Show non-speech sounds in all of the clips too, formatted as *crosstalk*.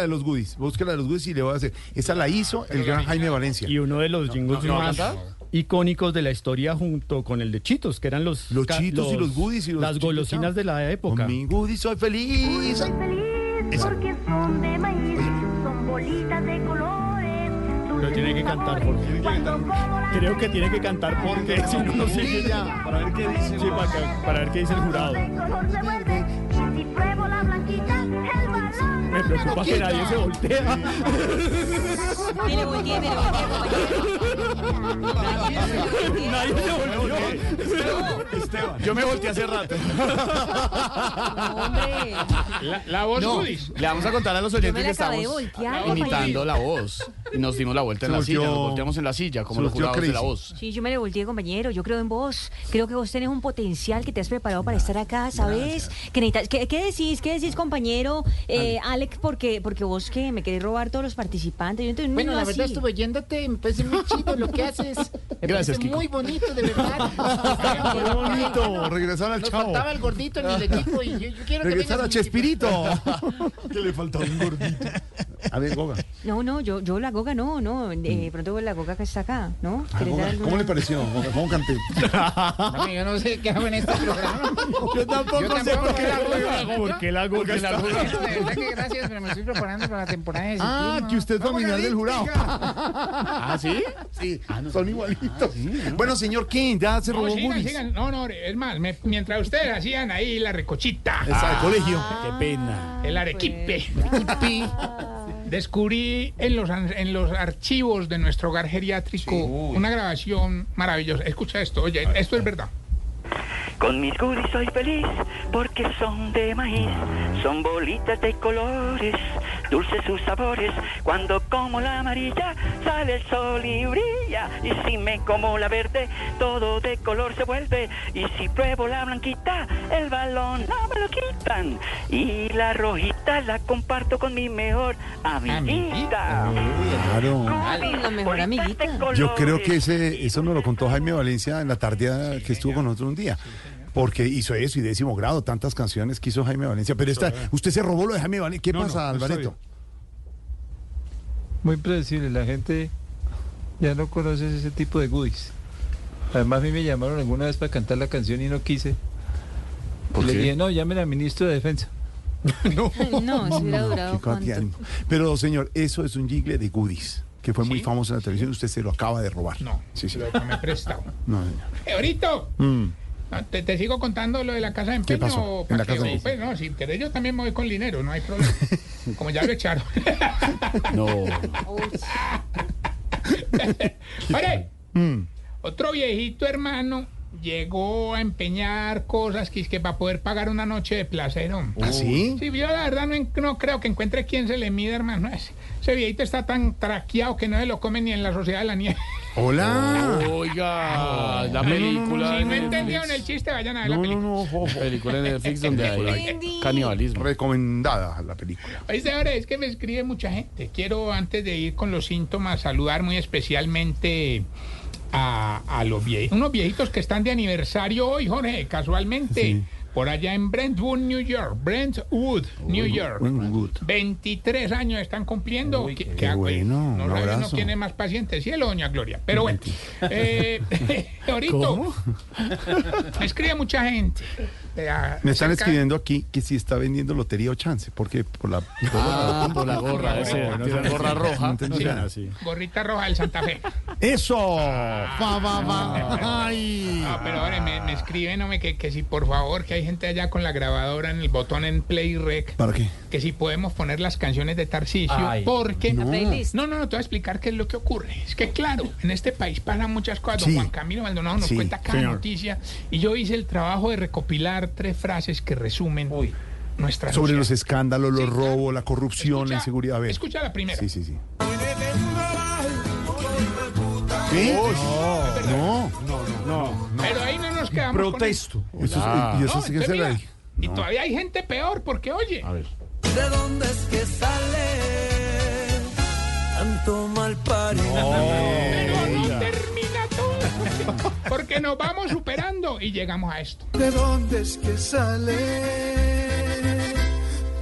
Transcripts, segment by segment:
de los goodies. Búsquela de los goodies y le voy a hacer. Esa la hizo el gran Jaime Valencia. Y uno de los jingles no, más no. icónicos de la historia junto con el de Chitos, que eran los... Los ca- Cheetos y los Goodies y los Las Cheetos, golosinas ¿no? de la época. Con mi goodies soy feliz. Soy feliz Esa. porque son de maíz, son bolitas de colores. Lo tiene que cantar, Jorge. Creo que tiene que cantar porque si no, no sigue ya. Para ver qué dice. Sí, para, que- para ver qué dice el jurado. De color se vuelve, y si pruebo la blanquita, el balón. Me preocupa que nadie se voltea. Mire, volteé, mire, volteé, *laughs* nadie se volteó. Yo me volteé hace rato. Hombre, Le vamos a contar a los yo me oyentes la que acabé de estamos voltear, imitando compañero. la voz. Y nos dimos la vuelta en la Surgió- silla, nos volteamos en la silla, como los surgió jurados de la crisis. voz. Sí, yo me la volteé, compañero. Yo creo en vos. Creo que vos tenés un potencial que te has preparado para estar acá, ¿sabes? Que necesitas- ¿Qué, qué decís? ¿Qué decís, compañero? Eh, Alex, porque, porque vos que me querés robar todos los participantes. Yo entonces, Bueno, no la así. verdad estuve oyéndote, me parece muy chido lo que *laughs* haces. Me Gracias, parece Kiko. muy bonito, de verdad. Qué bonito. Regresar al Nos chavo. faltaba el gordito en el equipo y yo, yo quiero Regresar que a tengas un equipo. Chespirito. que le faltaba un gordito. A ver, Goga. No, no, yo, yo la goga no, no. Eh, pronto la goga que está acá, ¿no? Ah, ¿Querés Goga, dar alguna- ¿Cómo le pareció? Goga? ¿Cómo canté? Dame, Yo no sé qué hago en este programa. Yo tampoco, sé por qué la hago. *laughs* ¿Por qué la goga está- De verdad que gracias, pero me estoy preparando para la temporada de Ah, ciclismo. que usted es familiar del jurado. ¿Ah, sí? Sí, son igualitos. Bueno, señor King, ya se No, robó sigan, goodies. sigan. No, no, es más, me- mientras ustedes hacían ahí la recochita, *laughs* Esa de colegio. Qué pena. el arequipe, descubrí en los, an- en los archivos de nuestro hogar geriátrico una grabación maravillosa. Escucha esto, oye, esto es verdad. Con mis guris soy feliz porque son de maíz, son bolitas de colores, dulces sus sabores. Cuando como la amarilla sale el sol y brilla, y si me como la verde todo de color se vuelve, y si pruebo la blanquita el balón no me lo quitan, y la rojita la comparto con mi mejor amiguita. Claro. Con Pues, la mejor amiguita. Yo creo que ese, eso nos lo contó Jaime Valencia en la tarde que estuvo con nosotros un día. Porque hizo eso y décimo grado, tantas canciones que hizo Jaime Valencia. Pero esta, usted se robó lo de Jaime Valencia. ¿Qué pasa, Alvareto? Muy predecible, la gente ya no conoce ese tipo de goodies. Además, a mí me llamaron alguna vez para cantar la canción y no quise. ¿Por Le qué? dije, no, llamen al ministro de Defensa. *laughs* No, se hubiera Qué durado cuánto. catiano. Pero, señor, eso es un jingle de goodies, que fue muy ¿Sí? famoso en la televisión. Usted se lo acaba de robar. No, Sí, sí. lo que me prestado. No, señor. Eh, ahorita, Mm. no, ah, te, te sigo contando lo de la casa de ¿Qué empeño. pasó o en para la que casa de vos- pues, no, si querés yo también me voy con dinero, no hay *laughs* problema. Como ya lo echaron. No. *laughs* Oye, Mm. otro viejito hermano llegó a empeñar cosas que es que para poder pagar una noche de placer, hombre. ¿Ah, sí? Sí, yo la verdad no, en- no creo que encuentre quien se le mida, hermano. Ese, ese viejito está tan traqueado que no se lo come ni en la sociedad de la nieve. Hola. Oh. Oiga, la película. Si no de entendieron el Netflix. chiste, vayan a ver No, la no, película. no. jo, jo. Película de Netflix donde hay Entendí. canibalismo. Recomendada la película. Oíste, ahora es que me escribe mucha gente. Quiero, antes de ir con los síntomas, saludar muy especialmente a, a los viejitos, unos viejitos que están de aniversario hoy, Jorge, casualmente, Sí. por allá en Brentwood, New York. Brentwood, New York. Buen good. 23 años están cumpliendo. ¿Qué, qué hago? bueno, No un sabe uno abrazo. quién es más paciente, cielo, doña Gloria. Pero bueno, eh, *laughs* ahorita me escribe mucha gente. eh, Me están acerca- escribiendo aquí que si está vendiendo lotería o chance, porque por la... Ah, por la gorra, ese, no, tiene no, gorra no, no roja. entendí Sí. nada. Gorrita roja del Santa Fe. ¡Eso! Va, va, va. ¡Ay! No, pero ahora me, me escriben, hombre, que, que si por favor, que hay gente allá con la grabadora en el botón en Play Rec, ¿Para qué? que si podemos poner las canciones de Tarcisio, Ay, porque... La playlist. No, no, no, te voy a explicar qué es lo que ocurre. Es que, claro, en este país pasan muchas cosas. Don Sí. Juan Camilo Maldonado nos Sí, cuenta cada noticia. Y yo hice el trabajo de recopilar dar tres frases que resumen nuestra Sobre los sociedad. escándalos, los robos, la corrupción, Escucha- la inseguridad. A ver. escucha la primera. Sí, sí, sí. ¿Qué? No, no, no, no. Pero ahí no nos quedamos. con Protesto. eso. Eso es- Ah. y eso No, sí que entonces se la mira, dije. Y todavía hay gente peor, porque oye. ¿De dónde es que sale tanto mal parido? Pero no termina todo. Porque nos vamos superando y llegamos a esto. ¿De dónde es que sale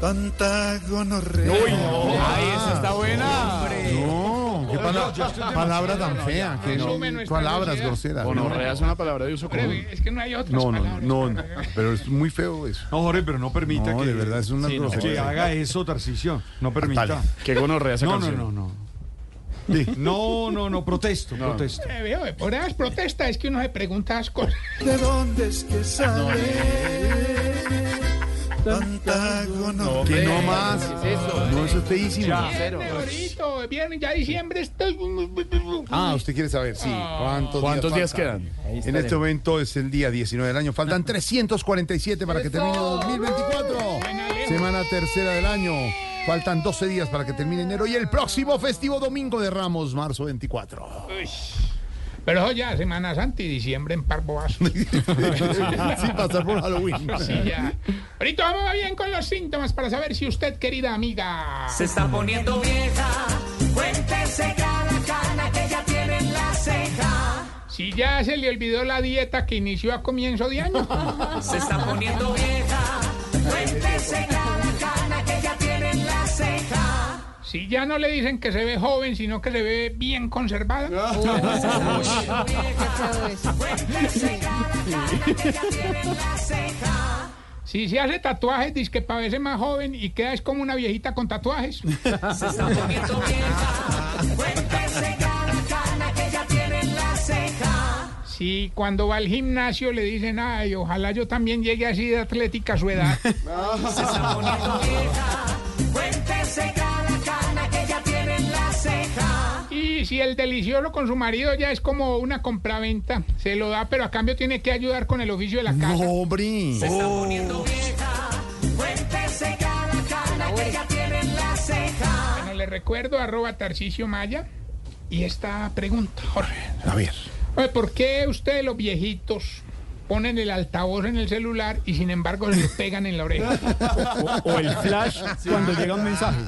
tanta gonorrea? Uy, no. Ay, esa está buena. No, qué pala- palabra tan fea. Que no, Resume nuestra palabras sociedad. groseras. no. Gonorrea es una palabra de uso común. Es que no hay otras No, palabras. no, no, no, pero es muy feo eso. No, Jorge, pero no permita No, que. de verdad, es una Sí, no, grosería. que haga eso, Tarcisio. No permita. Dale. Que gonorrea esa no, canción. No, no, no. No, no, no, protesto, protesto. Eh, veo, eh, por esas protestas es que uno se pregunta las cosas. ¿De dónde es que sale tanta gonorrea? Que no más. No, eso es feísimo. Viernes, ahorita, viernes, ya diciembre estoy. Ah, usted quiere saber, sí. ¿Cuántos, ¿Cuántos días faltan? quedan? Ahí En estaremos. este momento es el día 19 del año. Faltan 347 para que termine 2024. Semana tercera del año. Faltan 12 días para que termine enero y el próximo festivo domingo de Ramos, marzo 24. *laughs* Uy. Pero eso ya, Semana Santa y diciembre *laughs* en Parboazo. Sin pasar por Halloween. Así ya. Ahorita vamos bien con los síntomas para saber si usted, querida amiga. Se está poniendo vieja, cuéntese ya la cana que ya tiene en la ceja. Si ya se le olvidó la dieta que inició a comienzo de año. Se está poniendo vieja, cuéntese ya la cana que ya tiene en la ceja. Si ya no le dicen que se ve joven, sino que se ve bien conservada. pues. Cuéntese ya la cana que ya tiene en la ceja. Si se hace tatuajes, dice que parece más joven y queda es como una viejita con tatuajes. *laughs* Se está poniendo vieja, cuéntese ya la cana que ya tiene en la ceja. Si cuando va al gimnasio le dicen, ay, ojalá yo también llegue así de atlética a su edad. *laughs* Se está poniendo vieja, cuéntese ya la cana que ya tiene en la ceja. Y si el delicioso con su marido ya es como una compraventa, se lo da, pero a cambio tiene que ayudar con el oficio de la casa. No, hombre. Se está poniendo vieja, cuéntese ya la cana que ya tiene en la ceja. Bueno, le recuerdo arroba Tarcicio Maya y esta pregunta, Jorge. A ver. Oye, ¿Por qué ustedes los viejitos ponen el altavoz en el celular y sin embargo se lo pegan en la oreja? O, o el flash cuando llega un mensaje.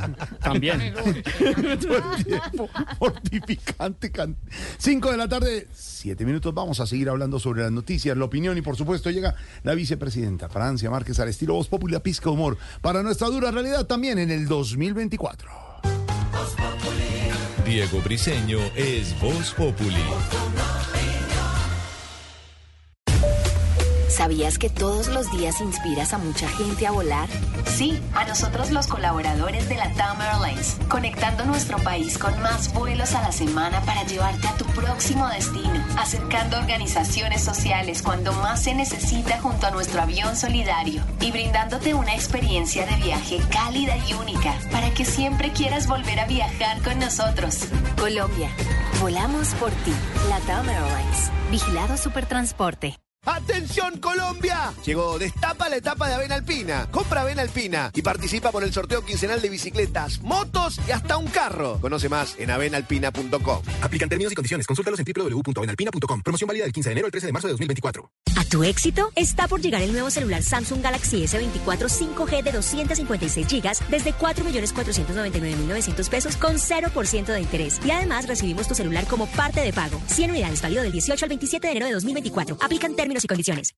También. Todo el tiempo. *laughs* Mortificante. can- Cinco de la tarde, siete minutos. Vamos a seguir hablando sobre las noticias, la opinión y, por supuesto, llega la vicepresidenta Francia Márquez al estilo Voz Popular Pizca de Humor para nuestra dura realidad también en el 2024. Diego Briseño es Voz Populi. ¿Sabías que todos los días inspiras a mucha gente a volar? Sí, a nosotros los colaboradores de la TAM Airlines, conectando nuestro país con más vuelos a la semana para llevarte a tu próximo destino, acercando organizaciones sociales cuando más se necesita junto a nuestro avión solidario y brindándote una experiencia de viaje cálida y única para que siempre quieras volver a viajar con nosotros. Colombia, volamos por ti, la TAM Airlines, vigilado supertransporte. ¡Atención Colombia! Llegó Destapa la etapa de Avena Alpina. Compra Avena Alpina y participa por el sorteo quincenal de bicicletas, motos y hasta un carro. Conoce más en avenalpina.com. Aplican términos y condiciones. Consúltalos en www.avenalpina.com. Promoción válida del 15 de enero al 13 de marzo de 2024. A tu éxito está por llegar el nuevo celular Samsung Galaxy S24 5G de 256 GB desde 4.499.900 pesos con 0% de interés. Y además recibimos tu celular como parte de pago. 100 unidades válido del 18 al 27 de enero de 2024. Aplican términos y condiciones.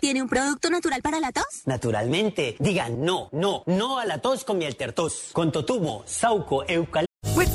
¿Tiene un producto natural para la tos? Naturalmente, digan no, no, no a la tos con miel tertos, con totumo, sauco, eucalipto. With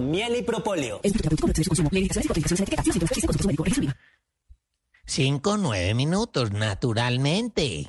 miel y propóleo. 5, 9 minutos, naturalmente.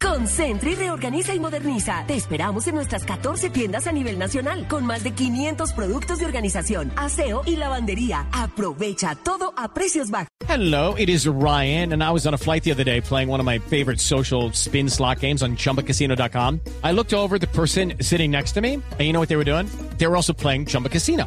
Concentra y reorganiza y moderniza. Te esperamos en nuestras 14 tiendas a nivel nacional con más de 500 productos de organización, aseo y lavandería. Aprovecha todo a precios bajos. Hello, it is Ryan, and I was on a flight the other day playing one of my favorite social spin slot games on chumbacasino.com. I looked over at the person sitting next to me, and you know what they were doing? They were also playing Chumba Casino.